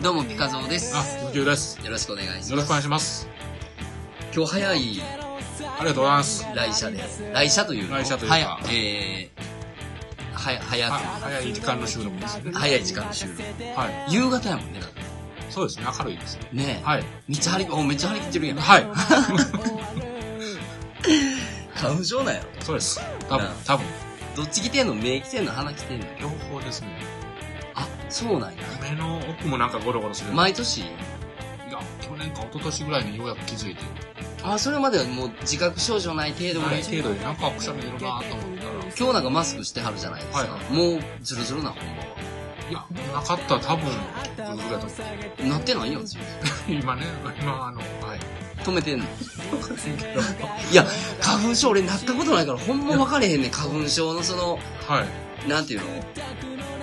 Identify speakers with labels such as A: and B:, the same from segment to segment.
A: どうもピカゾーです
B: あ、緊急です。
A: よろしくお願いし
B: よ
A: ま
B: ろ
A: す
B: しくお願いします。
A: 今日早い
B: ありがとうございます。
A: 来社で来社というの
B: 来社というか
A: はやえー、はや早
B: は
A: く
B: 早い時間の収録ですね。
A: 早い時間の収録
B: はい。
A: 夕方やもんねだって
B: そうですね、明るいですね。
A: ねえ、
B: はい。
A: めっちゃ張りおめっちゃ張り切ってるやん
B: はい。
A: 花粉症なんやろ
B: そうです。多分
A: うん、
B: 多分、
A: どっち来てんの目来てんの鼻来てんの
B: 両方ですね。
A: あそうなんや
B: 目の奥もなんかゴロゴロする。い
A: 毎年
B: や、去年か一昨年ぐらいにようやく気づいて、
A: あそれまではもう自覚症状ない程度ぐ
B: な
A: ら
B: い
A: い
B: 程度でなんかくしゃみ出るなと思ったら、
A: 今日なんかマスクしてはるじゃないですか、
B: は
A: もうズルズルなほんまはい
B: や、なかったら多分、どのぐらいだと思
A: なってない よズル
B: う。今ね、今あの、はい。
A: 止めてんのいや花粉症俺なったことないからほんま分かれへんねん花粉症のその
B: はい。
A: なんていうの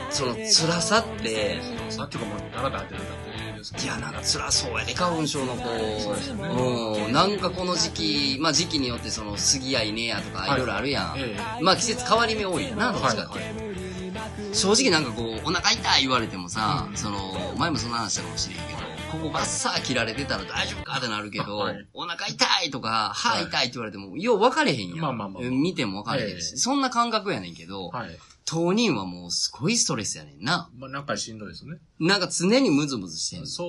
A: その辛さって
B: さっきからもうダラダラ出るだけですけど
A: いやなんか辛そうやで花粉症の子
B: そうですね
A: うんなんかこの時期まあ時期によってその杉や稲やとか
B: はい
A: いろいろあるやん、
B: え
A: まあ季節変わり目多いよなどっちかって、
B: はい
A: 正直なんかこうお腹痛い言われてもさ、その前もそんな話したかもしれんけどここバッサー切られてたら大丈夫かってなるけど、
B: はい
A: お腹痛いとか歯痛いって言われても、よう分かれへんやん、
B: まあまあまあまあ
A: 見ても分かれへんし、
B: ええ
A: そんな感覚やねんけど、
B: えはい。
A: 当人はもうすごいストレスやねんな
B: まあ、なんかしんどいですね。
A: なんか常にムズムズしてんの
B: そ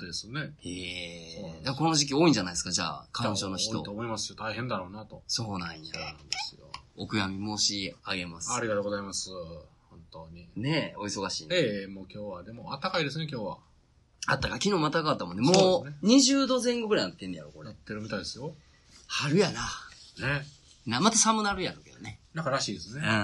B: うですね。
A: へ
B: そうなん
A: え
B: で。す
A: だからこの時期多いんじゃないですか、じゃあ、花粉症の
B: 多い
A: 人
B: と。思いますよ。大変だろうなと。
A: そうなんや
B: そう。なんですよ。
A: お悔やみ申し上げます
B: あ。りがとうございます。本当に。
A: ねえ、お忙しいね。
B: ええもう今日は、でも、暖かいですね、今日は。
A: あったか、昨日また変わったもんね。
B: そう
A: も
B: ですね
A: う、20度前後ぐらいなってんねやろ、こ
B: な
A: れ
B: っ。てるみたいですよ。
A: 春やな。
B: ね。
A: な、また寒なるやろうけどね。
B: なんからしいですね。
A: うん
B: はい。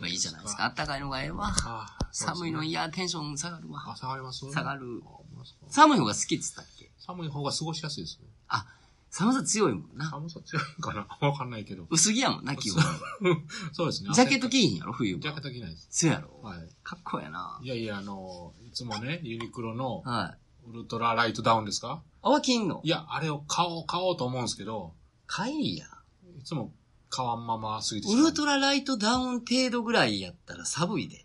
A: まあいいじゃないですか。あったかいのがええわ。
B: ああ
A: 寒いの
B: い。
A: 嫌、テンション下がる
B: あ、
A: わ。
B: 下がります
A: 下がる
B: あほんまですか
A: 寒い方が好きっつったっけ
B: 寒い方が過ごしやすいですね。
A: あ、寒さ強いもんな。
B: 寒さ強いんかな わかんないけど。
A: 薄着やもんな、基本。
B: そうですね。
A: ジャケット着いひんやろ、冬
B: ジャケ
A: は
B: ッ。ト着ないです。
A: そうやろ。
B: はい。
A: かっこやな。
B: いやいや、あの、いつもね、ユニクロの
A: はい。
B: ウルトラライトダウンですか
A: あわきんの
B: い。や、あれを買おう、買おうと思うんですけど、
A: かいや。
B: いつも買わんまま過ぎて
A: ウル
B: ラ
A: トラライトダウン程度ぐらいやったら寒いで。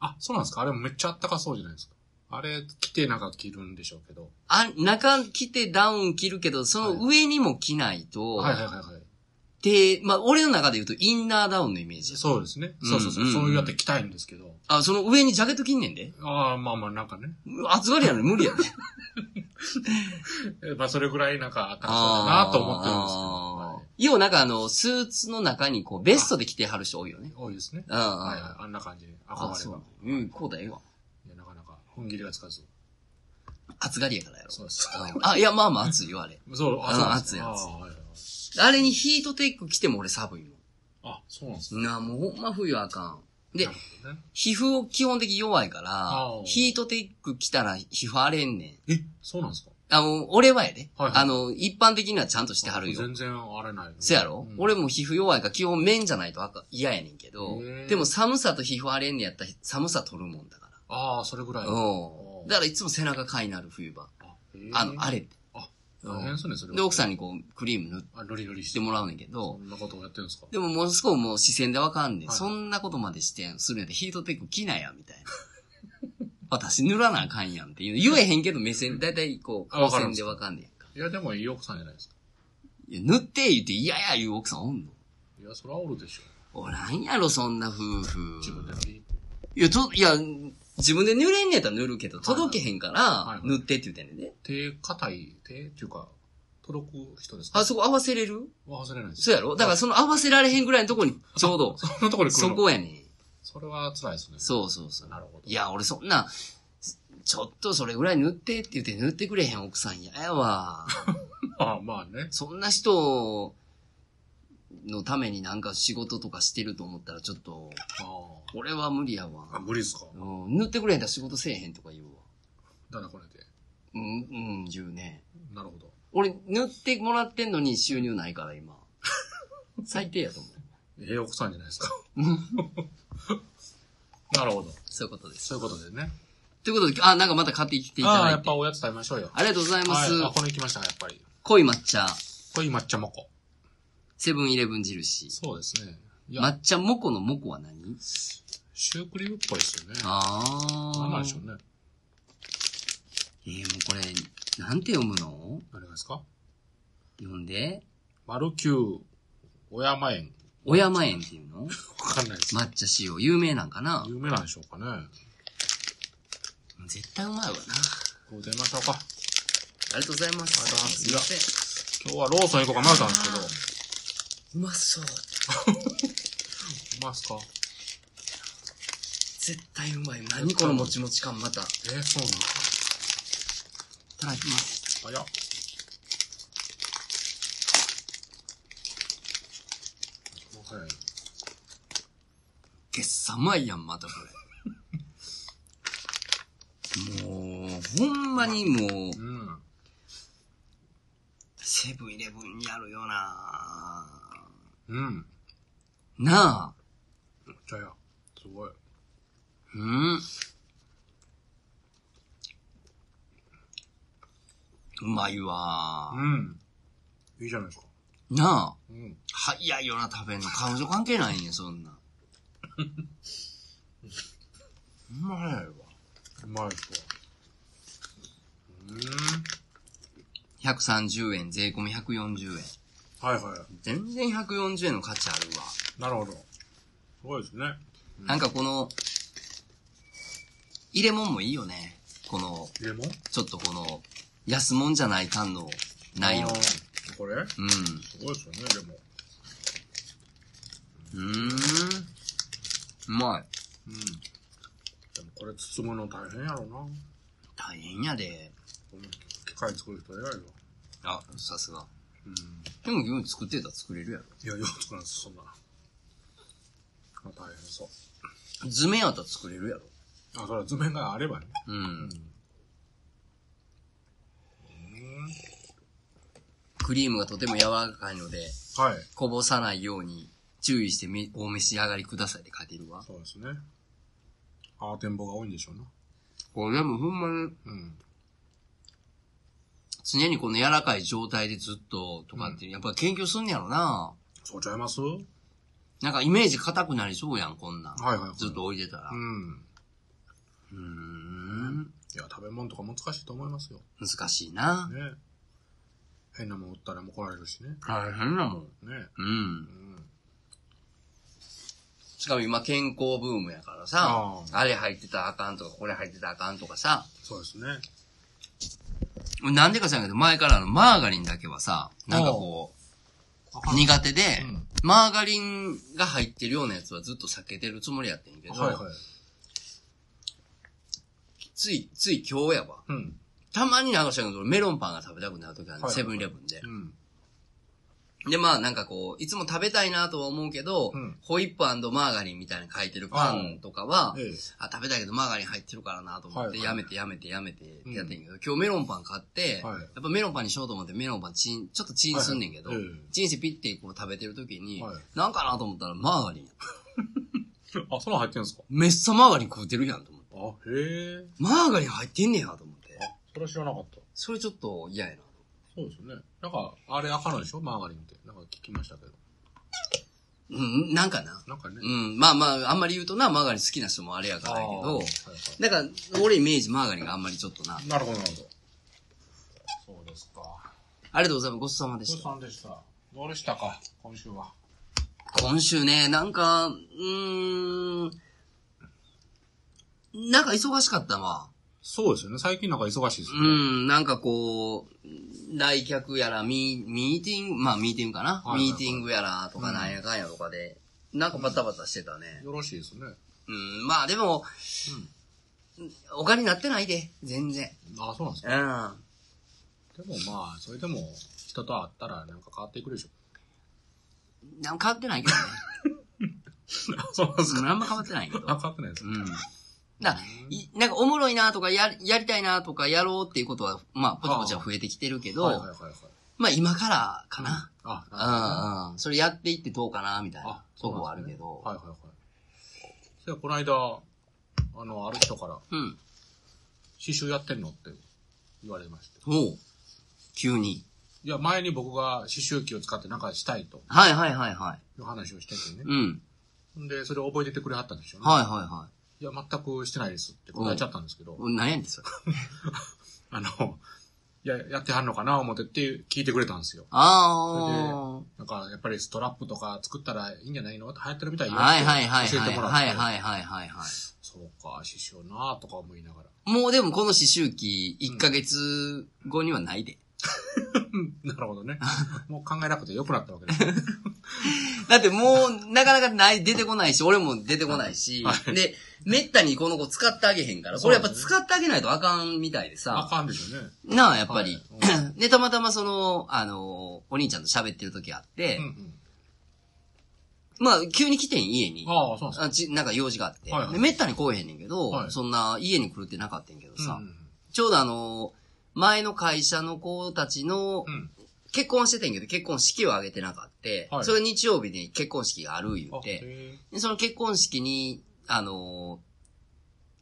B: あ、そうなんですかあれめっちゃあったかそうじゃないですか。あれ、着てなんか着るんでしょうけど。
A: あ、中着てダウン着るけど、その上にも着ないと、
B: はいはいはいはい。
A: で、まあ、俺の中で言うとインナーダウンのイメージや。
B: そうですね。
A: うん
B: そうそうそう。
A: うん
B: そういうやって着たいんですけど。
A: あ、その上にジャケット着んねんで。
B: ああ、まあまあなんかね。
A: 暑がりやのに無理やね。
B: えまあそれぐらいなん かあったかそうだなと思ってるんですけ
A: あ
B: ど
A: ー
B: は
A: 要はなんかあの、スーツの中にこう、ベストで着てはる人多いよね
B: い。。多いですね。
A: うんうん。
B: はいは
A: あ、
B: い。あんな感じで憧れが。
A: そう。うん、こうだええわ。
B: いや、なかなか、本切りがつかず。
A: 暑がりやからやろ。
B: そうです。
A: うんあ、いや、まあまあ暑いよ、あれ。
B: そう、
A: あ
B: そうなんですね
A: 暑い暑い
B: あーはいはい
A: あれにヒートテック着ても俺寒いよ。
B: あ、そうなんですね。
A: なあ、もうほんま冬はあかん。で
B: なる、ほどね
A: 皮膚を基本的に弱いか
B: あ
A: ら
B: ー、
A: ヒートテック着たら皮膚荒れんねん。
B: え、そうなんですか
A: あの、俺はやで。
B: はいはい
A: あの、一般的にはちゃんとしてはるよ。
B: 全然荒れない。
A: せやろ、
B: うん
A: 俺も皮膚弱いから基本面じゃないとあか嫌やねんけど
B: へ、ー
A: でも寒さと皮膚荒れんねやったら寒さ取るもんだか
B: ああ、それぐらい。
A: ら。
B: あ
A: うん。だからいつも背中かいなる冬場。あの、あ
B: れ。
A: れって。
B: あ、
A: うん
B: 大変ですね、それは。
A: で、奥さん
B: に。
A: にこう、クリーム塗っ
B: あ、ロリロリしてて。
A: もらうねんけ
B: そ
A: ど、
B: んなことをやってるんですか
A: でももうすごいもう視線でわかんねん。
B: はい
A: そんなことまでして、するんやったらヒートテック着なや、みたいな。 私塗らなあかんやんっていう。言えへんけど目線、だいたいこう、
B: あわ
A: 目
B: かる
A: 線
B: んです
A: で
B: か
A: わかんねんか。
B: いや、でもいい奥さんじゃないですか。
A: いや、塗って言って嫌や言う奥さんおんの
B: いや、それはおるでしょ。
A: おらんやろ、そんな夫婦。
B: 自分でやり。
A: いや、と、いや、自分で塗れんねやったら塗るけど、
B: はいはい
A: 届けへんか
B: はい
A: ら
B: は、い
A: 塗ってって言ってんねんで。
B: 手硬い、手っていうか、届く人ですか
A: あそこ合わせれる
B: は外れないです。
A: そうやろだからその合わせられへんぐらいのとこに、ちょうど、
B: そんなところに来る
A: そ
B: の
A: こやねん。
B: それは辛いですね。
A: そうそうそう。
B: なるほど
A: いや、俺そんな、ちょっとそれぐらい塗ってって言って塗ってくれへん奥さん嫌やわ。
B: まあまあね。
A: そんな人のためになんか仕事とかしてると思ったらちょっと、
B: あ
A: 俺は無理や
B: あ。あ、
A: わ。
B: 無理ですか
A: うん、塗ってくれへんだら仕事せえへんとか言うわ。
B: だな、これで。
A: うん、うん、言うね。
B: なるほど。
A: 俺、塗ってもらってんのに収入ないから、今。最低やと思う。
B: ええ奥さんじゃな いですか。なるほど。
A: そういうことです。
B: そういうことでね。
A: ということで、あ、なんかまた買ってきていた
B: ああ、
A: だ
B: や
A: い。
B: ってぱ
A: あ
B: おやつ食べましょうよ。
A: りがとうございます。
B: はい。あ、これ行きましたか、やっぱり。
A: 濃い抹茶、
B: これ抹茶もこ。
A: セブンイレブン印。
B: そうですね。いや、
A: 抹茶モコのモコは何
B: シュークリームっぽいですよね。
A: あー。
B: なんなんでしょうね。
A: えー、もうこれ、なんて読むの
B: 何がですか
A: 読んで、
B: 丸九、小山園。
A: 小山園っていうの
B: わかんないです。
A: 抹茶塩、有名なんかな
B: 有名なんでしょうかね。
A: 絶対うまいわな。
B: こう出ましょうか。
A: ありがとうございます。
B: ありがとうございます
A: すいません。
B: 今日はローソン行こうか迷ったんですけど。いう
A: まそう。
B: ますか
A: 絶対うまい。何このもちもち感また。い
B: えー、そうな
A: ただきます。
B: の早っ。もう早い。
A: けっさまいやん、またこれ。もう、ほんまにもう
B: う、ん。
A: セブンイレブンにあるよな
B: うん。
A: なあ。
B: めっちゃや。すごい。
A: うん。うまいわ
B: うん。いいじゃないですか。
A: なあ。
B: うん。
A: 早いよな、食べんの。彼女関係ないねん、そんな。ほんま早いわ。
B: うまいっすわ。うー
A: 130円、税込み140円。
B: ん。はいは
A: 全然140円の価値あるわ。
B: い。なるほど。すごいですね。
A: なんかこの、入れ物もいいよね。この、
B: レモン
A: ちょっとこの、安物じゃない感の内容。
B: あーこれ
A: うん。
B: すごいですよね、レモン。
A: うーん。うまい。
B: うん。でもこれ包むの大変やろな。
A: 大変やで。
B: この機械作る人偉いよ。
A: あ、さすが。
B: うん。
A: でも、今日作ってたら作れるや
B: いや、よく作らんす、そんな。あ、大変そう。
A: ろ。図面やったら作れるやろ。
B: あ、それは図面があればね。
A: うん。
B: うん。
A: クリームがとても柔らかいので、
B: はい。
A: こぼさないように注意してみお召し上がりくださいって書いてるわ。
B: そうですね。アーテンボが多いんでしょうな。
A: これでもほんまに
B: うん。
A: 常にこの柔らかい状態でずっととかって、やっぱ研究すんやろな。
B: そうちゃいますうん。
A: なんかイメージ硬くなりそうやん、こんなん。
B: はいはいはい
A: ずっと置いてたら。うーん。
B: いや、食べ物とか難しいと思いますよ。
A: 難しいな。
B: ね。変なもん売ったら怒られるしね。
A: 大変なもん。
B: ね。
A: うん
B: う。ん。
A: しかも今健康ブームやからさ
B: あ、ー
A: あれ入ってたらあかんとか、これ入ってたらあかんとかさ、
B: そうですね。
A: なんでか知らんけど、前からあの、マーガリンだけはさ、なんかこう、苦手で、
B: うん
A: マーガリンが入ってるようなやつはずっと避けてるつもりやってんけど、
B: はいはい。
A: つい、つい今日やわ。
B: うん。
A: たまになんか知らんけど、俺メロンパンが食べたくなるときあるの
B: はいはい
A: セブンイレブンで
B: う。ん。
A: で、まあなんかこう、いつも食べたいなとは思うけど、
B: うん
A: ホイップマーガリンみたいなの書いてるパンとかは、
B: ええ。
A: あ食べたいけどマーガリン入ってるからなと思っ
B: は
A: て、
B: いはい
A: やめてやめてやめてってやってんけど、今日メロンパン買って、
B: はい
A: やっぱメロンパンにしようと思ってメロンパンチン、ちょっとチンすんねんけど、
B: はいはいええ
A: チンしてピッてこう食べてるときに、
B: はい
A: なんかなと思ったらマーガリン。
B: あ、その入ってんすか
A: めっさマーガリン食うてるやんと思って。
B: あ、へえ。
A: マーガリン入ってんねやと思って。
B: あ、それ知らなかった。
A: それちょっと嫌やな。
B: そうですよね。なんか、あれあかんのでしょマーガリンって。なんか聞きましたけど。
A: うん、なんかな。
B: なんかね。
A: う
B: はい
A: ん、まあまあ、あんまり言うとな、マーガリン好きな人もあれやからやけ
B: あー
A: ど
B: はい、
A: だから、俺イメージマーガリンがあんまりちょっとな。あ
B: なるほど、なるほど。そうですか。
A: りがとうございます。ごちそうさまで
B: ご
A: した
B: ちそ。うさんでした。どうでしたか今週は。
A: 今週ね、なんか、うーん、なんか忙しかったわ。
B: そうですよね。最近なんか忙しいです
A: う
B: よね。
A: ん、なんかこう、来客やら、ミミーティング、まあミーティングかな、
B: はいはいはい
A: ミーティングやらとかなんやかんやとかで、なんかバタバタしてたね。
B: よろしいですね。
A: うん、まあでも、お金になってないで、全然。
B: あ、そうなんですか。
A: うん。
B: でもまあ、それでも、人と会ったらなんか変わってくるでしょ。
A: なんか変わってないけどね。
B: そうなんです
A: うんあんま変わってないけど。
B: あ、変わってないです
A: う
B: か。
A: ん。だいなんかおもろいなとか、やり、やりたいなとか、やろうっていうことは、まあ、ぽちぽちは増えてきてるけど、
B: はいはいはいはい。
A: まあ今からかな。
B: あ、
A: う
B: なるほど
A: んうん。それやっていってどうかな、みたいなとこはあるけど。
B: はいはいはい。じゃあ、この間、あの、ある人から、
A: うん。
B: 刺繍やってんのって言われまして。
A: ほう。急に。
B: いや、前に僕が刺繍機を使ってなんかしたいと
A: はいはいはいはい。
B: いう話をしててね。
A: うん。
B: ほんで、それを覚えててくれはったんでしょうね。。
A: はいはい
B: いや、全くしてないですって答えちゃったんですけど、
A: いはい。何やねんそれ。
B: あの、いや、やってはんのかな思ってって聞いてくれたんですよ。
A: あ
B: なんか、やっぱりストラップとか作ったらいいんじゃないの流行ってるみたい
A: あ。
B: よ。
A: はいはいはい
B: 教え
A: は
B: て
A: い
B: もらって。
A: はいはいはいはいは
B: そうか、師匠なぁとか思いながら。
A: い。もうでもこの思春期1ヶ月後にはないで。
B: うんなるほ どね。もう考えなくて良くなったわけですね。
A: だってもう、なかなかない、出てこないし、俺も出てこないし、
B: はい
A: で、めったにこの子使ってあげへんから、これやっぱ使ってあげないとあかんみたいで
B: あ
A: さ、
B: かんでしょうね。
A: なあ、やっぱり。
B: は い
A: で、たまたまその、あの、お兄ちゃんと喋ってる時あって、
B: うんうん。
A: まあ、急に来てん、家に。
B: ああ、そうなんです
A: あちなんか用事があって、
B: はいはい
A: でめったに来えへんねんけど、
B: はい
A: そんな家に来るってなかったんやけど
B: か
A: さ、
B: うんうん
A: ちょうどあの、前の会社の子たちの
B: う、ん。
A: 結婚しててんけど、結婚式を挙げてなかって、
B: はい
A: それ日曜日に結婚式がある言
B: あ
A: うて、
B: へ
A: で、その結婚式に、あの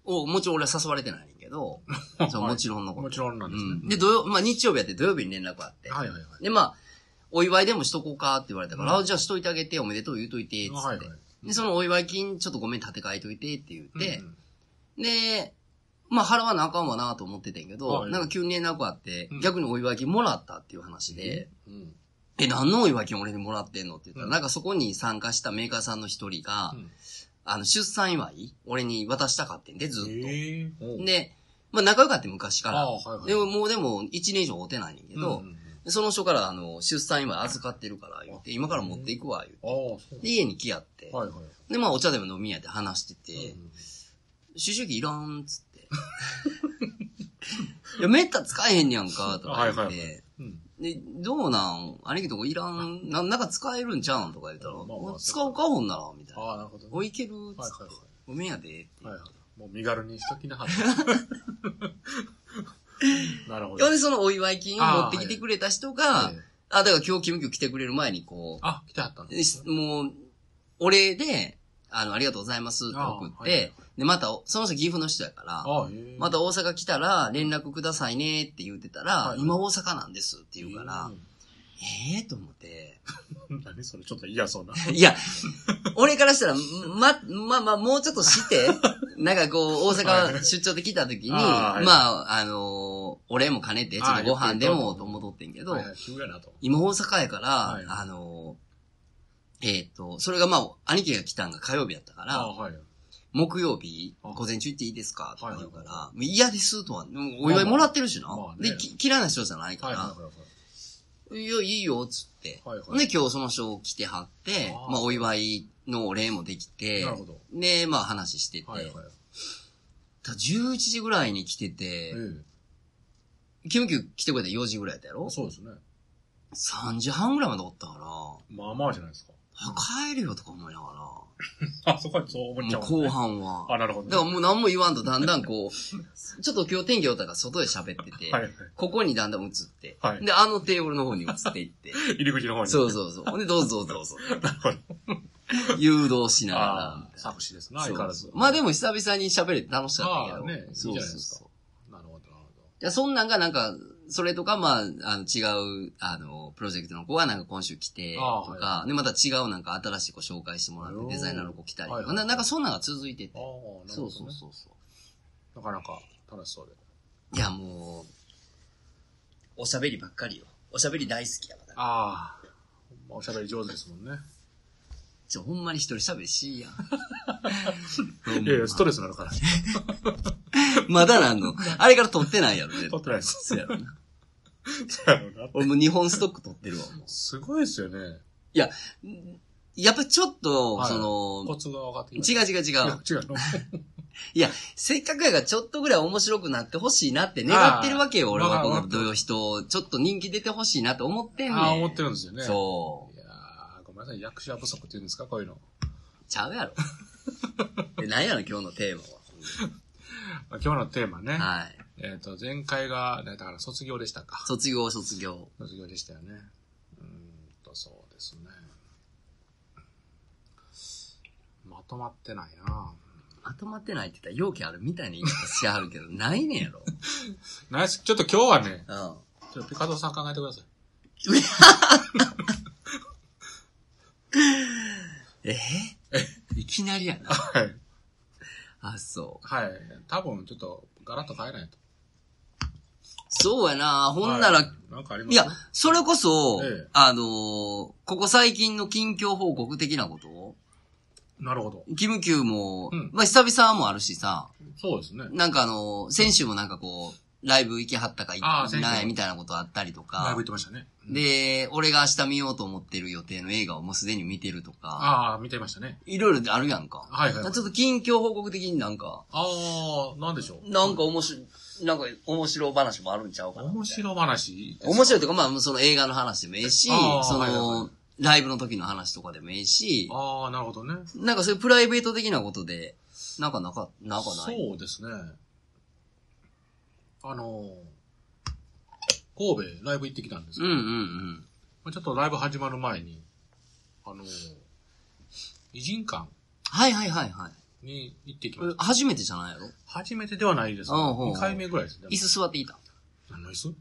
A: ーを、もちろん俺は誘われてないねんけ ど、
B: え
A: そう
B: はい
A: もちろんのこと。
B: もちろんなんですね
A: うん。で、土曜、まあ日曜日やって土曜日に連絡あって。
B: はいはいはい。
A: で、まあ、お祝いでもしとこうかって言われたから、
B: うん
A: あじゃあしといてあげて、おめでとう言うといて、つって。
B: はいはい。
A: で、そのお祝い金、ちょっとごめん立て替えといてって言って
B: う、ん
A: で、まあ払わなあかんわなと思ってたんやけど、
B: はい
A: なんか急に連絡あって、
B: うん
A: 逆にお祝い金もらったっていう話で、
B: うん、うん
A: え、何のお祝い金俺にもらってんのって言ったら、
B: うん
A: なんかそこに参加したメーカーさんの一人が、
B: うん
A: あの、出産祝い俺に渡したかってんで、ずっと。
B: ええおう
A: で、まあ仲良かった昔か
B: あ
A: ら。
B: あ、はいはい。
A: でも、もうでも、一年以上会うてないねんけ
B: うん
A: ど、
B: うんうん
A: その人から、あの、出産祝い預かってるから、言って、今から持っていくわ、言うて。
B: ああ、そう
A: で、家に来やって。
B: はいはい。
A: で、まあ、お茶でも飲み屋で話してて
B: う、ん
A: 出周期いらん、つって。 いや、めった使えへんねやんか、とか言
B: はい
A: っ
B: はいは
A: て。
B: うん。
A: で、どうなん兄貴とこいらん、ななんか使えるんちゃうんとか言ったら、
B: まあまあ
A: 使うかほんなら、みたいな。
B: ああ、なるほどね。
A: おいけるっ
B: はい
A: つっ
B: は
A: て
B: いはい。
A: ごめんやで。って
B: はいはい。もう身軽にしときなは ず。なるほど。
A: ほんで、そのお祝い金を持ってきてくれた人が、あ,、
B: ええ
A: だから今日、キムキム来てくれる前に、こ
B: あ、来てはったん
A: う、しもう、お礼で、あの、ありがとうございますって
B: あ
A: 送っ
B: はいはいはい
A: て、で、また、その人岐阜の人やから、
B: ああ、へえ。
A: また大阪来たら連絡くださいねって言ってたら
B: は、い
A: 今大阪なんですって言うから
B: う、ん。
A: ええと思って、
B: 何それ、ちょっと嫌そうな。
A: いや、俺からしたら、ま、まあまあ、もうちょっとして、 なんかこう、大阪出張で来た時に、
B: はいはい
A: まあ、あのーお礼も兼ねて、ちょっとご飯でもと思っとってんけど、
B: はいはい、急やなと。
A: 今大阪やから、
B: はい
A: あのーえっ、と、それがまあ、兄貴が来たんが火曜日やったから、
B: ああ、はい。
A: 木曜日、
B: あ
A: 午前中行っていいですかとか言うから、
B: はいは
A: もう嫌ですとは、もうお祝いもらってるしな。
B: まあまあね
A: で、き嫌いな人じゃないか
B: はいはい
A: ら、
B: はいはい
A: いや、いいよ、つって。
B: はいはい
A: で、今日その人来てはって、
B: あー
A: まあ、お祝いのお礼もできて
B: なるほど、
A: で、まあ、話してて、
B: はいはい。
A: ただ11時ぐらいに来てて
B: え、
A: キムキム来てくれたら4時ぐらいだったや
B: え
A: ろ
B: そうですね。
A: ?3 時半ぐらいまでおったから、
B: まあまあじゃないですか。
A: あ帰るよとか思いながら、
B: あ、そこはそう思っちゃ
A: も
B: う
A: う
B: ね。
A: 後半は。
B: あ、なるほどね。
A: だからもう何も言わんとだんだんこう、 ちょっと今日天気おったから外で喋ってて、
B: はいはい。
A: ここにだんだん移って、
B: はい
A: で、あのテーブルの方に移ってい って、
B: 入り口の方に。。
A: そううそうそう。ほんで、どうぞどうぞ。
B: なるほど。
A: 誘導しながら
B: あ。あ、作詞ですな、
A: そ
B: 相
A: う
B: 変わらず。
A: まあで
B: も。
A: も久々に喋れて楽しかったけど。
B: ああね
A: そう
B: い
A: そう
B: いじゃないです
A: そう。
B: なるほど、なるほど。
A: いや、そんなんがなんか、それとか、まあ、あの、違う、あの、プロジェクトの子がなんか今週来て、と
B: ああ
A: か、で、また違うなんか新しい子紹介してもらって
B: お、ー
A: デザイナーの子来たりとか、
B: はいはい
A: ななんかそんなんが続いてて。
B: ああ、なるほど、ね。
A: そうそうそうそ
B: なかなか楽しそうで。
A: う。いや、もう、おしゃべりばっかりよ。おしゃべり大好きやから。
B: ああ、ほんまおしゃべり上手ですもんね。
A: ちょ、ほんまに一人しゃべりしいやん。
B: いやいや、ストレスになるから。
A: まだなんの。あれから撮ってないやろ、絶対
B: 撮ってないです。
A: そうやろな。
B: そうやろうな
A: 俺もう日本ストック撮ってるわ、もう。
B: すごいですよね。
A: やっぱちょっと、
B: はい
A: そ
B: コ
A: の、
B: ツが分かって
A: 違う違う違 う。
B: 違う。違うの。
A: せっかくやからちょっとぐらい面白くなってほしいなって願ってるわけよ、
B: あー
A: 俺は。こ
B: わか
A: の
B: る
A: 土曜人、ちょっと人気出てほしいなって思ってんねん。
B: ああ、思ってるんですよね。
A: そう。
B: いやーごめんなさい、役者不足っていうんですか、こういうの。
A: ちゃう やろ。で、何やろ、今日のテーマ
B: 今日のテーマね。
A: は。はい。
B: えっと、前回が、ねだから卒業でしたか。
A: 卒業、卒業。
B: 卒業でしたよね。うーんと、そうですね。まとまってないな
A: まとまってないって言ったら、容器あるみたいに言い方しはるけど、 ないねんやろ。
B: ナイス、ちょっと今日はね、
A: うん。
B: ちょっとピカドさん考えてください。
A: えいきなりやな。
B: はい。
A: あ、そう。
B: はい。多分、ちょっと、ガラッと変えないと。
A: そうやな。ほんなら、
B: はい、なんかあります
A: いや、それこそ、
B: ええ
A: あのーここ最近の近況報告的なこと
B: なるほど。
A: キムキューも、
B: うん
A: まあ久々もあるしさ、
B: そうですね。
A: なんかあのー先週もなんかこう、ライブ行きはったか行
B: ああ
A: って
B: 先週
A: ないみたいなことあったりと
B: だい
A: か
B: ぶ言っ、てましたね。うん
A: で、俺が明日見ようと思ってる予定の映画をもうすでに見てるとか、
B: ああ、見てましたね。
A: いろいろあるやんか。
B: はいはい
A: ちょっと近況報告的になんか、
B: ああ、なんでしょう。
A: なんか面白い、なんか面白い話もあるんちゃうかな。
B: 面白話
A: 面白い
B: い。
A: というか、まあ、その映画の話でもええし、
B: あー
A: その、
B: はいはいはい
A: ライブの時の話とかでもええし、
B: ああ、なるほどね。
A: なんかそういうプライベート的なことで、なんかなか、なんかない。
B: そうですね。あのー、神戸ライブ行ってきたんですけ
A: う
B: ど、
A: んうんうん。
B: まあちょっとライブ始まる前に、あのー、偉人館
A: はいはいはいはい。
B: に行ってき
A: こ
B: ま
A: れ
B: した。
A: 初めてじゃないやろ
B: 初めてではないです。
A: ああほう
B: 2回目ぐらいですね
A: 椅。子座っていた。
B: 何の椅子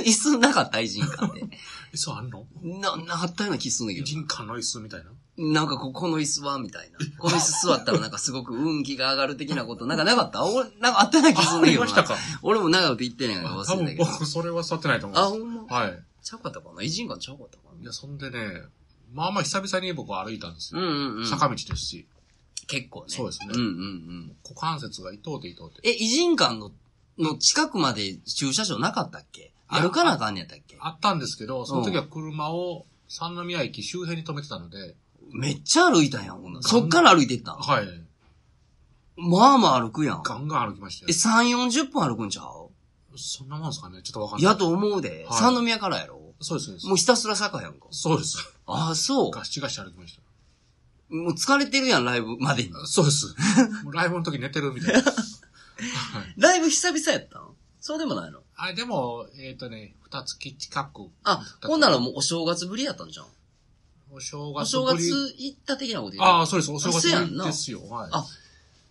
A: 椅子なかった偉人 館で。
B: 椅子あんの
A: な、なあったような気すんだけ
B: 偉
A: ど
B: 人館の椅子みたいな。
A: な。なんかこ、この椅子はみたいな。この椅子座ったらなんかすごく運気が上がる的なこと、なんかなかった俺、なんかあったような気すん
B: あ、
A: だ
B: あ
A: け
B: り
A: ど
B: ました
A: な。
B: か。
A: 俺も長く言ってないから忘
B: あ多
A: れた
B: 分
A: けど。
B: 僕、それは座ってないと思
A: あ、
B: う
A: ほ
B: んで。
A: んます
B: はい。
A: ちゃうかったかな偉人館ちゃうかったか
B: い
A: な
B: や、そんでね、まあまあ久々に僕は歩いたんです
A: う
B: よ。
A: んうんうん。
B: 坂道ですし、
A: 結構ね。
B: そうですね
A: うんうんうん。
B: 股関節が痛うて痛うて。
A: え、偉人館の、の近くまで駐車場なかったっけ
B: や
A: 歩かなあかんねやったっけ
B: あったんですけど、その時は車を三宮駅周辺に止めてたので、
A: めっちゃ歩いたやん、ほんならそっから歩いてったん
B: はい。
A: まあまあ歩くやん。
B: ガンガン歩きました
A: え、
B: よ。
A: 3、40分歩くんちゃう
B: そんなもんですかねちょっとわかんない。
A: やと思うで。
B: はい
A: 三宮からやろ
B: そうです、そうです。
A: もうひたすら坂やんか。
B: そうです。
A: ああ、そう。
B: ガシガシ歩きまし
A: もう疲れてるやん、ライブまでに。
B: た。 そうです。もうライブの時寝てるみたい な。はい
A: ライブ久々やったんそうでもないの
B: あ、でも、えっ、とね、二月近く、
A: あ、ほんならもうお正月ぶりやったんじゃん。
B: お正
A: お
B: 月
A: 正
B: ぶり。
A: 月行った的なこと言う
B: ああ、そうです。お正月
A: せや
B: ぶ
A: ん
B: り
A: な
B: ですよ。はい。
A: あ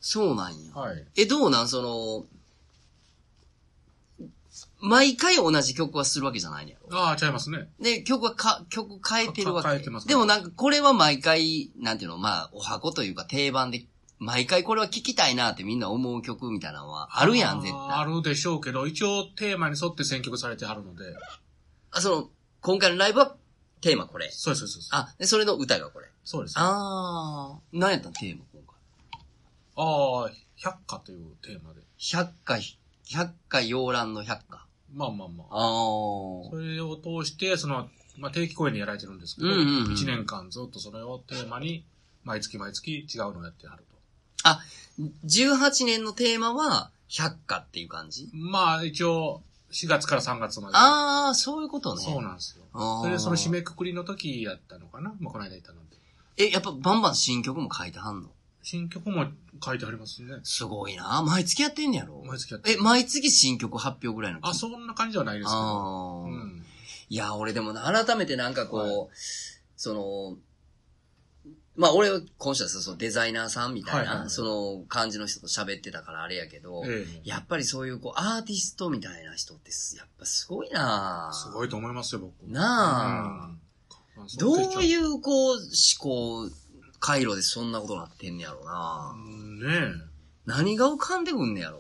A: そうなんや。
B: はい。
A: え、どうなんその、毎回同じ曲はするわけじゃないのやろ
B: ああ、ちゃいますね。
A: で、曲はか、曲変えてるわけ。
B: か変えてます
A: でもなんかこれは毎回、なんていうの、まあ、お箱というか定番で、毎回これは聴きたいなってみんな思う曲みたいなのはあるやん、絶
B: あーあ
A: 対。
B: るでしょうけど、一応テーマに沿って選曲されてはるので。
A: あ、その、今回のライブはテーマこれ。
B: そうです、そうです。
A: あ、で、それの歌がこれ。
B: そうです。あ
A: あー。何やったんテーマ今回。
B: あー、百花というテーマで。
A: 百回、百回洋蘭の百花。
B: まあまあまあ。
A: あー。
B: それを通して、その、まあ定期公演でやられてるんですけど、
A: う
B: 一
A: んうんうん
B: 年間ずっとそれをテーマに、毎月毎月違うのをやってはると。
A: 18年のテーマは、百花っていう感じ
B: まあ一応、4月から3月まで。
A: あー、そういうことね。
B: そうなんですよ。
A: あー
B: それでその締めくくりの時やったのかなまあこの間いたので。
A: え、やっぱバンバン新曲も書いてはんの
B: 新曲も書いてありますね。
A: すごいな毎月やってんねやろ
B: 毎月やって
A: え、毎月新曲発表ぐらいの
B: あ、
A: う
B: そんな感じではないですけど。
A: あ
B: う
A: ー、
B: ん。
A: いや、俺でもな改めてなんかこう、その、まあ俺は今週はそのデザイナーさんみたいな、
B: はいはいはい
A: その感じの人と喋ってたからあれやけど、
B: ええ。
A: やっぱりそういうこうアーティストみたいな人ってすやっぱすごいな
B: すごいと思いますよ、僕。
A: なあ
B: うん。
A: どう
B: う
A: いうこう思考回路でそんなことなってんねやろな、
B: んねえ。
A: 何が浮かんでくんねやろ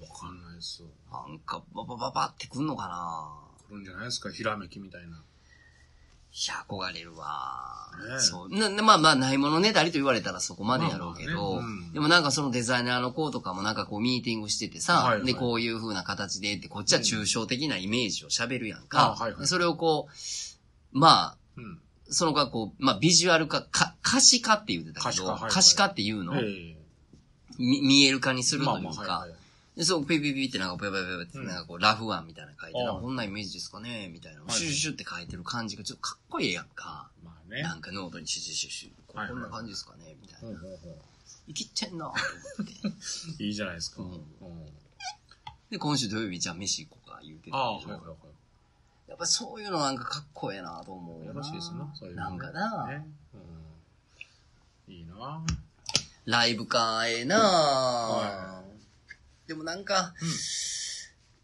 B: わかんないです。
A: なんか、ババババってくんのかな
B: 来るんじゃないですか、ひらめきみたいな。
A: いや、憧れるわ。
B: ねえ
A: そう。な、なまあまあ、ないものねだりと言われたらそこまでやろうけど、
B: まあまあねうん
A: でもなんかそのデザイナーの子とかもなんかこうミーティングしててさ、
B: はいはい
A: で、こういう風な形でって、こっちは抽象的なイメージを喋るやん
B: あ
A: か。
B: はいはい
A: でそれをこう、まあ、
B: うん。
A: その子がこう、まあ、ビジュアル化、か、可視化って言ってた
B: 可
A: け
B: 視
A: ど、
B: 化はいはい
A: 可視化っていうの、
B: え
A: み見える化にす
B: え。
A: るというか、
B: はいはい。
A: で、そう、ピピピってなんか、ペペペペって、なんかこう、ラフ案みたいなの書いて、
B: うん
A: なんかこんなイメージですかねみたいな。
B: い
A: シュシュシュって書いてる感じがちょっとかっこいいやんか。
B: まあね。
A: なんかノートにシュシュシュシュ。こ
B: はいはい
A: こんな感じですかねみたい
B: ほ
A: な。
B: うほうほう
A: 生きてんなと思 って。
B: いいじゃないですか。
A: うん
B: ん
A: で、今週土曜日、じゃあ飯行こうか言うてた
B: ああ、はい
A: け
B: はいは
A: ど。やっぱそういうのなんかかっこええなと思うな。
B: い。よろしいですな、そういうの
A: なんかな。
B: ねうんいいな
A: ライブか、ええ
B: は
A: なでもなんか、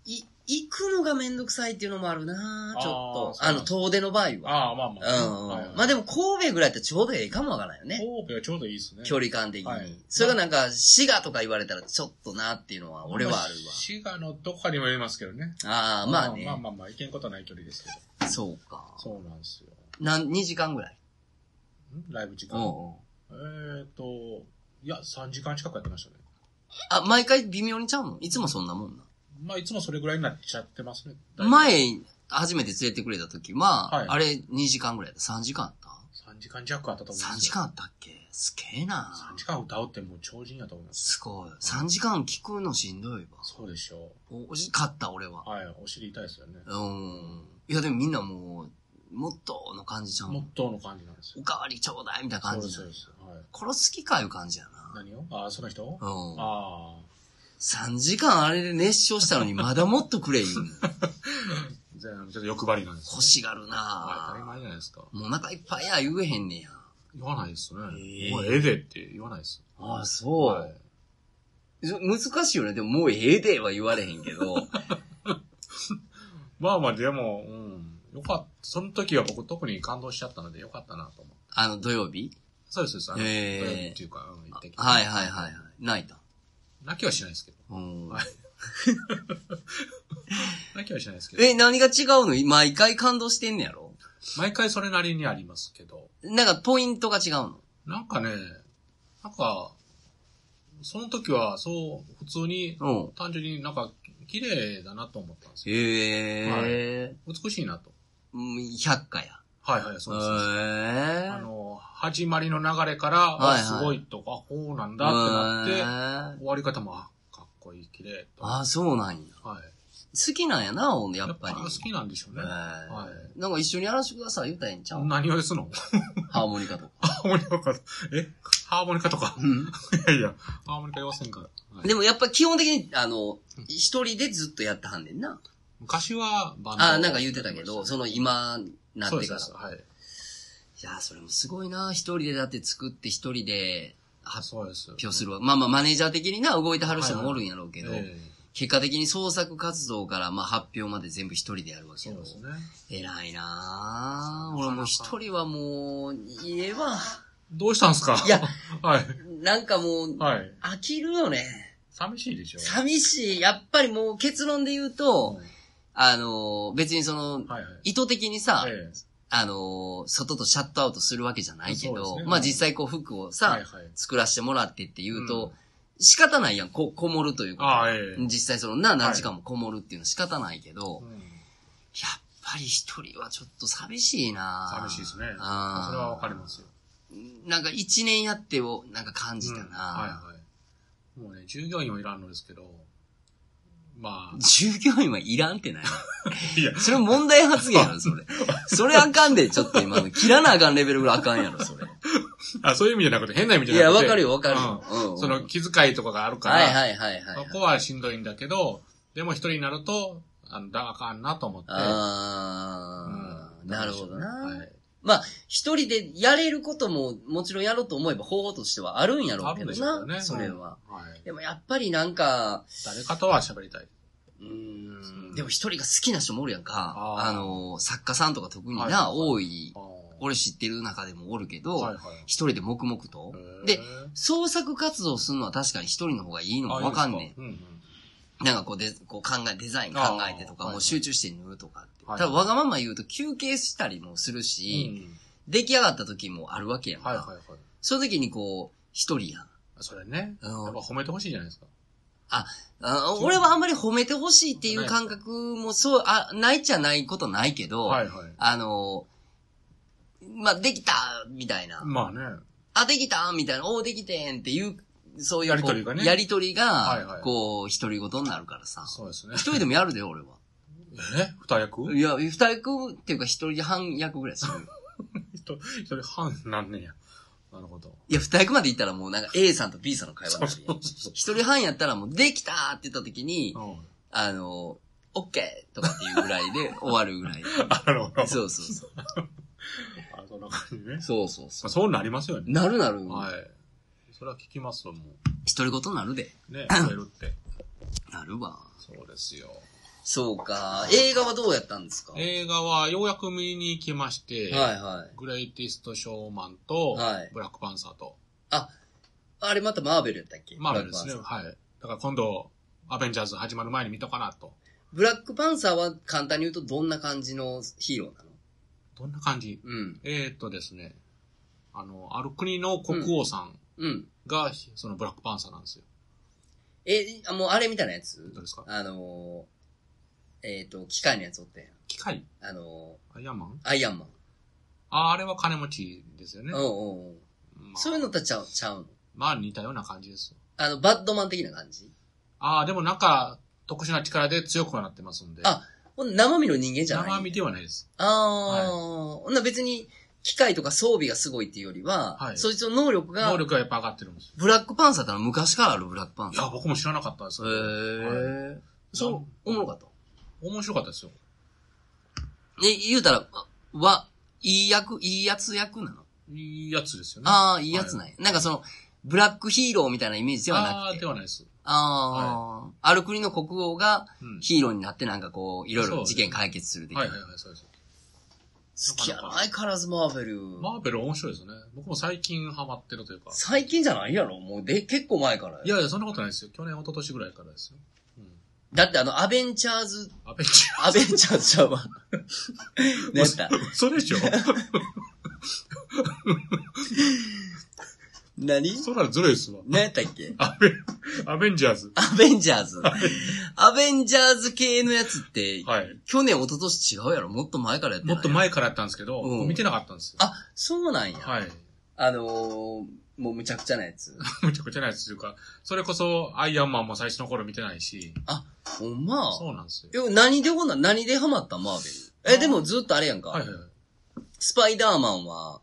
A: い、行くのがめんどくさいっていうのもあるなちょっと。
C: あー
A: あの、遠出の場合は。
C: ああ、まあま
A: う
C: あ。
A: ん、
C: はいはい
A: まあでも神戸ぐらいってちょうどええかもわからんよね。
C: 神戸はちょうどいいですね。
A: 距離感的に。
C: はい
A: それがなんか、滋賀とか言われたらちょっとなっていうのは俺はある
C: ま滋賀のどこかにもよりますけどね。
A: わ。ああー、まあね。
C: まあまあまあ、行けんことはない距離ですけど。
A: そうか。
C: そうなんですよ。
A: なん、2時間ぐらい。
C: んライブ時
A: うんう
C: 間。
A: ん。
C: えーっと、いや、3時間近くやってましたね。
A: あ、毎回微妙にちゃうのいつもそんなもんな。
C: まあ、いつもそれぐらいになっちゃってますね。
A: 前、初めて連れてくれた時は、
C: はい
A: あれ2時間ぐらいだ。3時間あった
C: 3時間弱あったと思うんですよ
A: ?3 時間あったっけすげえな
C: 3時間歌うってもう超人やと思います。
A: すごい。3時間聞くのしんどいわ。
C: そうでしょ
A: お、おしかった俺は
C: う。。はい、お尻痛いですよね。
A: うん。いやでもみんなもう、もっとの感じちゃう
C: モ
A: の
C: ットーの感じなんです
A: お
C: よ。
A: かわりちょうだいみたいな
C: そ
A: 感
C: うで
A: じ
C: す、そう
A: じゃ
C: んで。す。はい。
A: 殺す気かいう感じやな。
C: 何をああ、その人
A: うん。
C: ああ。
A: 3時間あれで熱唱したのにまだもっとくれ言うの。
B: じゃあ、ちょっと欲張りなんです、
A: 欲しが る
B: はい当たり
A: な
B: 前じゃないですか。
A: ぁ。もうお腹いっぱいや言えへんねや。
B: 言わないですね。
A: へえ
B: もうええでって言わないです。
A: ああ、そ
B: はい。
A: 難しいよね。でももうええでは言われへんけど。
B: まあまあ、でも、うん。よかった。その時は僕特に感動しちゃったのでよかったなと思って。
A: あの、土曜日
B: そうです、そうです。あの
A: へえ
B: 土曜日っていうか、うん、行ってきて。
A: はいはいはいはい。泣いた。
B: 泣きはしないですけど。
A: うん
B: はい泣きはしないですけど。
A: え、何が違うの毎回感動してんねやろ
B: 毎回それなりにありますけど。
A: なんかポイントが違うの
B: なんかね、なんか、その時はそう、普通に、
A: うん。
B: 単純になんか、綺麗だなと思ったんですよ。
A: へえ。
B: 美しいなと。
A: うん100回や。
B: はいはい、そうです。そうです
A: へえ。
B: あの、始まりの流れか
A: はいは
B: ら、
A: い
B: あすごいとか、こうなんだってなって、
A: へえ
B: 終わり方も、あかっこいい、綺麗と。
A: あ
B: は
A: あ、そうなんや。
B: い。
A: 好きなんやな、や
B: や
A: っ
B: っ
A: ぱ
B: ぱ
A: り。
B: 好きなんでしょうね。は
A: はい。なんか一緒にやらせてください、言うたらええんちゃう
B: 何をですの
A: ハーモニカとか。
B: ハーモニカか。えハーモニカとか。 いやいや、ハーモニカ言わせんから。はい
A: でもやっぱ基本的に、あの、一人でずっとやってはんねんな。
B: 昔はバンド。
A: ああ、なんか言うてたけど、その今、な
B: そ
A: っ
B: うで
A: て
B: す
A: から。
B: そうですはい。
A: いや、それもすごいな。一人でだって作って一人で
B: あ、
A: 発
B: そうです。
A: 表するわ。まあまあ、マネージャー的にな、動いてはる人もおるんやろうけど、
B: ええ
A: 結果的に創作活動から、まあ発表まで全部一人でやるわけ
B: そう
A: よ。
B: ですね。
A: 偉いな
B: そう
A: 俺もう一人はもう、言えば、
B: どうしたんすか
A: いや、
B: はい。
A: なんかもう、
B: はい。
A: 飽きるよね。
B: 寂しいでしょ。
A: 寂しい。やっぱりもう結論で言うと、あの、別にその、
B: はいはい。
A: 意図的にさ、
B: ええ
A: あの、外とシャットアウトするわけじゃないけ
B: そう
A: ど、
B: ですね
A: まあ実際こう服をさ、
B: はいはい。
A: 作らせてもらってって言うと、
B: うん
A: 仕方ないやん、こ、こもるという
B: あ
A: か。
B: あ、ええ。
A: 実際そのな、何
B: はい
A: 時間もこもるっていうのは仕方ないけど、
B: う
A: やっ
B: ん
A: ぱり一人はちょっと寂しいな
B: 寂しいですね。それ
A: あー
B: はわかりますよ。
A: なんか一年やってを、なんか感じたな、
B: うんはいはい。もうね、従業員はいらんのですけど、 まあ、
A: 従業員はいらんってない
B: いや、
A: それ問題発言やろ、それ。それあかんで、ちょっと今の。切らなあかんレベルぐらいあかんやろ、それ。
B: あそういう意味じゃなくて、変な意味じ
A: い
B: ゃな
A: や、
B: くて。
A: わかるよ、わかるよ。
B: うん
A: うん
B: その気遣いとかがあるから、
A: はいはいはいはいはい。
B: そこはしんどいんだけど、でも一人になると、あの、だあかんなと思って。
A: あー、
B: うん
A: なるほどな。
B: はい
A: まあ、一人でやれることも、もちろんやろうと思えば方法としてはあるんやろ
B: あ
A: うけ
B: るん
A: ど
B: でしょうけど
A: な、
B: ね。
A: それは。
B: うん。はい。
A: でもやっぱりなんか、
B: 誰かとは喋りたい。
A: うーん、でも一人が好きな人もおるやんか、
B: あ
A: あ
B: ー
A: の、作家さんとか特にな、
B: はいはいはい
A: 多い、
B: は
A: 俺知ってる中でもおるけど、
B: いはい。
A: 一人で黙々と。で、創作活動するのは確かに一人の方がいいのもわかんねん。
B: ん。うんうん
A: なんかこうで、こう考え、デザイン考えてとか、
B: あー
A: もう集中して縫うとかって。
B: はい
A: ただわがまま言うと休憩したりもするし、
B: うん
A: 出来上がった時もあるわけやんか。
B: はいはいはい。
A: その時にこう、一人やん。
B: それね。
A: あ
B: やっぱ
A: の
B: 褒めてほしいじゃないですか。
A: あ俺はあんまり褒めてほしいっていう感覚もそう、あ、ないっちゃないことないけど、
B: はいはい。
A: あの、まあ、できたみたいな。
B: まあね。
A: あ、できたみたいな。おーできてんっていう、そういうこう
B: やりとりがね
A: やりとりが、
B: はいはい
A: こう、独り言になるからさ。
B: そうですね
A: 一。人でもやるで、俺は。
B: え二役
A: いや、二役っていうか一人半役ぐらい する。
B: 一一人半なんねや。なるほど。
A: いや、二役まで行ったらもうなんか A さんと B さんの会話にな
B: そう
A: る
B: そう
A: やん。
B: そう。
A: 一人半やったらもうできたーって言った時に、
B: うん
A: あの、オッケーとかっていうぐらい で終わるぐらい。
B: あなるほど。
A: そうそうそう。
B: あそんな感じね。ま
A: そうそうそ
B: あ、そうなりますよ
A: う。
B: ね。
A: なるなる。
B: はい。それは聞きますわ、も
A: 独り言なるで。
B: う。ね、増えるって。
A: なるわ。
B: そうですよ。
A: そうか。映画はどうやったんですかはい
B: 映画はようやく見に行きまして、
A: はい。
B: グレイティストショーマンと、
A: はい
B: ブラックパンサーと、
A: あ、あれまたマーベルやったっけ
B: まああれですね、
A: ブラックパンサー
B: はい。だから今度、アベンジャーズ始まる前に見とかなと。
A: ブラックパンサーは簡単に言うとどんな感じのヒーローなの
B: どんな感じ
A: うん。
B: えー、っとですね、あの、ある国の国王さん
A: うん。
B: が、そのブラックパンサーなんですよ。
A: え、あもうあれみたいなやつ
B: どうですか
A: あのー、えっ、と、機械のやつおったやん。
B: 機械
A: あの
B: アイアンマン
A: ー、アイアンマン。
B: ああ、あれは金持ちですよね。
A: おうおうおう
B: まあ、
A: そういうのとちゃう、ちゃうの
B: まあ似たような感じですよ。
A: あの、バッドマン的な感じ
B: ああ、でもなんか、特殊な力で強くはなってますんで。
A: あほん生身の人間じゃない
B: 生身ではないです。
A: あー。ほんなら別に、機械とか装備がすごいっていうよりは、
B: はい
A: そいつの能力が、
B: 能力がやっぱ上がってるんですよ。
A: ブラックパンサーってのは昔からあるブラックパン
B: い
A: サ
B: や、
A: ー。
B: 僕も知らなかったです。
A: へえ。そう、おもろかった。
B: 面白かったですよ。
A: え、言うたら、は、いい役、いいやつ役なの
B: いいやつですよね。
A: ああ、いいやつなんや。なんかその、ブラックヒーローみたいなイメージではな
B: あ
A: く
B: ー
A: て
B: で。はないです。
A: ああ、ある国の国王が
B: うん。
A: ヒーローになってなんかこう、いろい
B: そう
A: ろ
B: です
A: 事件解決する的な
B: はいはいはい、そうです。
A: 好きやな、相変わらずマーベル。
B: マーベル面白いですよね。僕も最近ハマってるというか。
A: 最近じゃないやろもうで、結構前からや
B: いやいや、そんなことないですよ。去年、一昨年ぐらいからですよ。うん。
A: だってあの、アベンチャーズ、
B: アベンジ
A: アベンチャーズちゃう わ。何やった
B: ャー。それで しょ
A: 何
B: そらずるいですわ。
A: 何やったっけ
B: アベ、アベンジャーズ。
A: アベンジャーズ。アベンジャーズ系のやつって、
B: はい。
A: 去年、一昨年違うやろもっと前からやってな
B: も
A: い
B: っと前からやったんですけど、
A: うん
B: 見てなかったんですよ。
A: あ、そうなんや。
B: はい。
A: あのー、もうむちゃくちゃなや つ。
B: むちゃくちゃなやつというか、それこそ、アイアンマンも最初の頃見てないし、
A: ほんま。
B: そうなんですよ。
A: え何でほんなん何でハマったんマーベル。え、でもずっとあれやんか。
B: はいはいはい。
A: スパイダーマンは、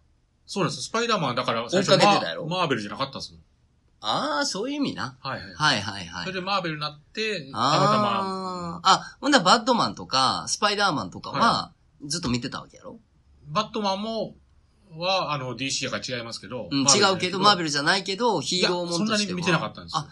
B: そうなんですよ。スパイダーマンだから
A: 追
B: 最
A: っかけ
B: 初
A: て
B: マ
A: たやろ
B: ーマーベルじゃなかったですもん。
A: ああ、そういう意味な。
B: はいはい。
A: はいはいはい。
B: それでマーベルになって、
A: ああー。あ、ほんならバッドマンとか、スパイダーマンとかは
B: は、
A: ずっと見てたわけやろ、
B: バットマンも、は、あの、DC が違いますけど。
A: うん、違うけど、マーベ
B: ル
A: ルじゃないけど、ヒ
B: い
A: ー
B: や、
A: ローも
B: そ
A: ん
B: ん
A: と
B: な
A: し
B: に
A: ては
B: 見てなかったんですよ
A: あ。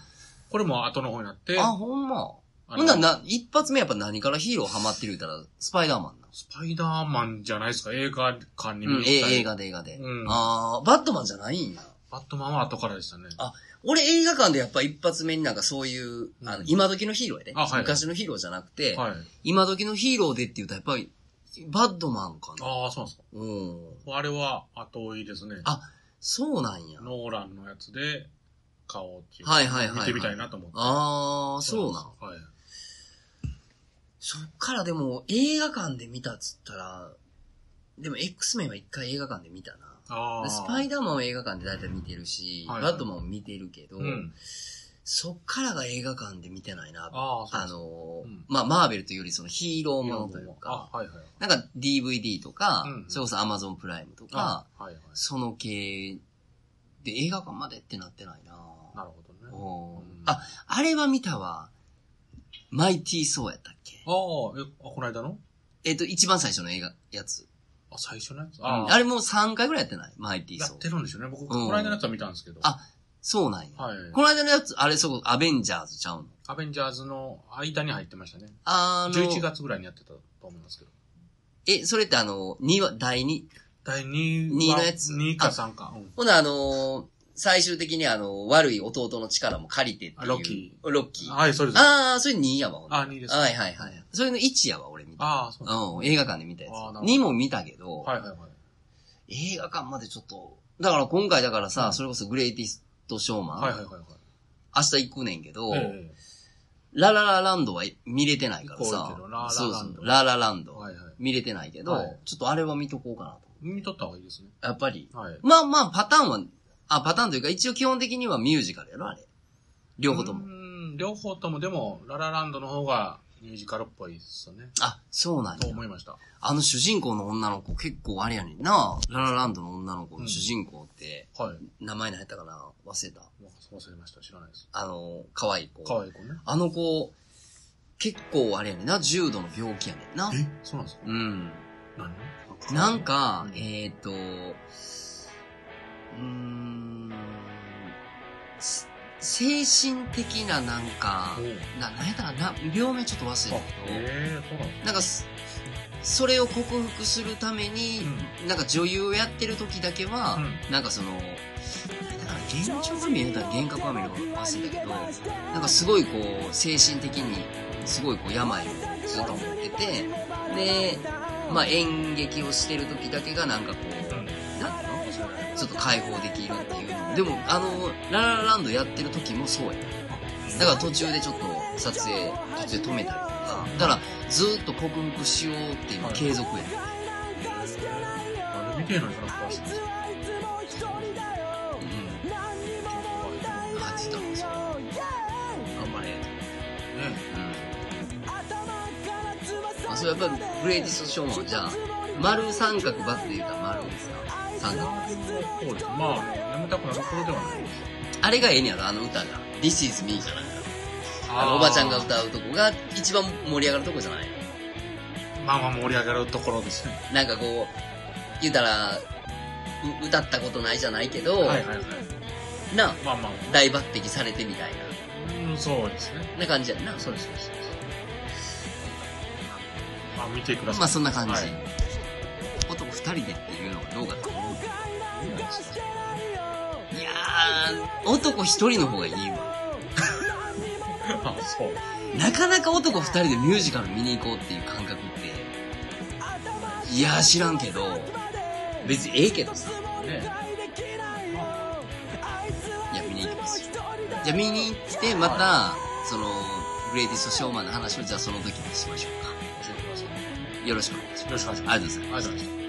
B: これも後の方になって、
A: あ、ほんま。
B: あの
A: ほんならな、一発目やっぱ何からヒーローハマってる言うたら、スパイダーマンな。
B: スパイダーマンじゃないですか、映画館に見
A: うん、
B: に行ったり
A: え映画で映画で。
B: うん
A: ああ、バッドマンじゃないんや。
B: バットマンは後からでしたね。
A: あ俺映画館でやっぱ一発目になんかそういう、あの、
B: うん
A: 今時のヒーローやで、
B: あはいはい
A: 昔のヒーローじゃなくて、
B: はい。
A: 今時のヒーローでって言うとやっぱり、バッドマンかな。
B: ああ、そうなんです
A: うん。
B: か。あれは後追いですね。
A: あそうなんや。
B: ノーランのやつで買おうっていう。
A: はいはいはいはい
B: 見てみたいなと思って。
A: ああ、そうなん。
B: のはい。
A: そっからでも映画館で見たっつったら、でも X メンは一回映画館で見たな。
B: あ
A: で
B: あ。
A: スパイ
B: ダ
A: ダーマンは映画館で大体見てるし、
B: はい
A: バッドマンも見てるけど、
B: うん。
A: そっからが映画館で見てないな。あ
B: ああ、そうなんですか
A: のー
B: うん
A: まあ、マーベルというよりそのヒーローものというか、
B: あ、はいはい。
A: なんか DVD とか、
B: うんうん
A: それこそ Amazon プライムとか、
B: あ、はいはい。
A: その系で映画館までってなってないな。
B: なるほどね。
A: おー
B: うん
A: あ、あれは見たわ。マイティー・ソーやったっけ
B: ああ、え、あ、この間の
A: えっ、と、一番最初の映画、やつ。
B: あ、最初のやつ
A: あ,、
B: あ
A: うん、
B: あ、
A: あれもう3回ぐらいやってないマイティー・
B: や
A: ソ
B: って
A: ー。
B: るんでしょうね。僕、この間のやつは見たんですけど。
A: あそうなんや。
B: はい。
A: この間のやつ、あれそこ、アベンジャーズちゃうの
B: アベンジャーズの間に入ってましたね。
A: あの、
B: 11。月ぐらいにやってたと思いますけど。
A: え、それってあの、2話、第2。
B: 第2
A: 二のやつ
B: 2か3か。うん
A: ほな、あのー最終的にあの、悪い弟の力も借りてっていう。
B: あロッキ
A: ー。ロッキー。あ
B: はい、そうです。あ
A: あー、それ2やわ、ほんなら
B: 2です。
A: はいはいはい。それの1やわ、俺見た。
B: ああ、そうです。
A: うん、映画館で見たやつ
B: あーな。るほど
A: 2も見たけど、
B: はいはいはい。
A: 映画館までちょっと、だから今回だからさ、
B: うん
A: それこそグレイティストショーマン、
B: はいはいはい
A: 明日行くねんけど、
B: はい。え
A: ラララランドは見れてないから
B: 行こう
A: さ
B: けどララララン、ド
A: そうそう、ラララン
B: え
A: ド
B: はいはい。
A: 見れてないけど
B: はい、
A: ちょっとあれは見とこうかなと。
B: 見とった方がいいですね。
A: やっぱり。
B: はい。
A: まあまあ、パターンは、あ、パターンというか、一応基本的にはミュージカルやろ、あれ。両方と
B: う
A: も。
B: ん。両方とも、でも、ララランドの方がミュージカルっぽいですよね。
A: あ、そうなん
B: と
A: や。
B: 思いました。
A: あの主人公の女の子結構あれやねんな。ララランドの女の子
B: う
A: の
B: ん
A: 主人公って、
B: はい。
A: 名前何やったかな忘れた。
B: わ忘れました。知らないです。
A: あの、可愛い子。
B: 可愛い子ね。
A: あの子、結構あれやねんな。重度の病気やねんな。
B: えそうなんですか
A: うん。
B: 何
A: なんか、
B: うん
A: えっ、と、うーん、す精神的ななんか
C: お、う
A: な、なんやったかな、病名ちょっと忘れ
C: あ
A: たけど、
C: ええそうなんです
A: なんかす、それを克服するために、なんか女優をやってる時だけは、なんかその、だから現状が見えるんだら幻覚が見えるのか忘れたけど、なんかすごいこう、精神的に、すごいこう、病をずっと持ってて、で、まあ演劇をしてる時だけがなんかこう、なんていうのちょっと解放できるっていうの。でも、あの、ラララランドやってる時もそうや。だから途中でちょっと撮影、途中で止めたりとか、だからずっと克服しようって今継続や。
C: あれ見てるのにそんなことはしてない
A: うん。あ、実はそう。頑張れ。うん。あ、それやっぱり、グレイティストショーマン、じゃあ、丸三角バツで言うたら丸ですか三角。
C: そうですまあ眠たくなる頃ではないです
A: あれがええねやろ、あの歌が。This is me じゃないか。あの、おばちゃんが歌うとこが一番盛り上がるとこじゃない
B: まあまあ盛り上がるところですね。
A: なんかこう、言うたら、う歌ったことないじゃないけど、
B: はいはいはい。
A: な、
B: まあまあ、
A: 大抜擢されてみたいな、
B: うん、そうですね。
A: な感じやんな。
B: そうです、そうです。まあ見てください。
A: まあそんな感じ。
B: はい
A: 男二人でっていうのがどうかと思うけど
B: いいんですよ
A: いやー、男一人の方がいいわ。
B: あ、そう。
A: なかなか男二人でミュージカル見に行こうっていう感覚って、いやー知らんけど、別にええけどさ。
B: ね。
A: いや、見に行きますよ。じゃあ見に行って、また、その、グレイティストショーマンの話をじゃあその時にしましょう
B: 教えてください。よ
A: か。よろしくお願いします。
B: ろしくお願いします。
A: ありがとうございます。
B: ありがとうございます。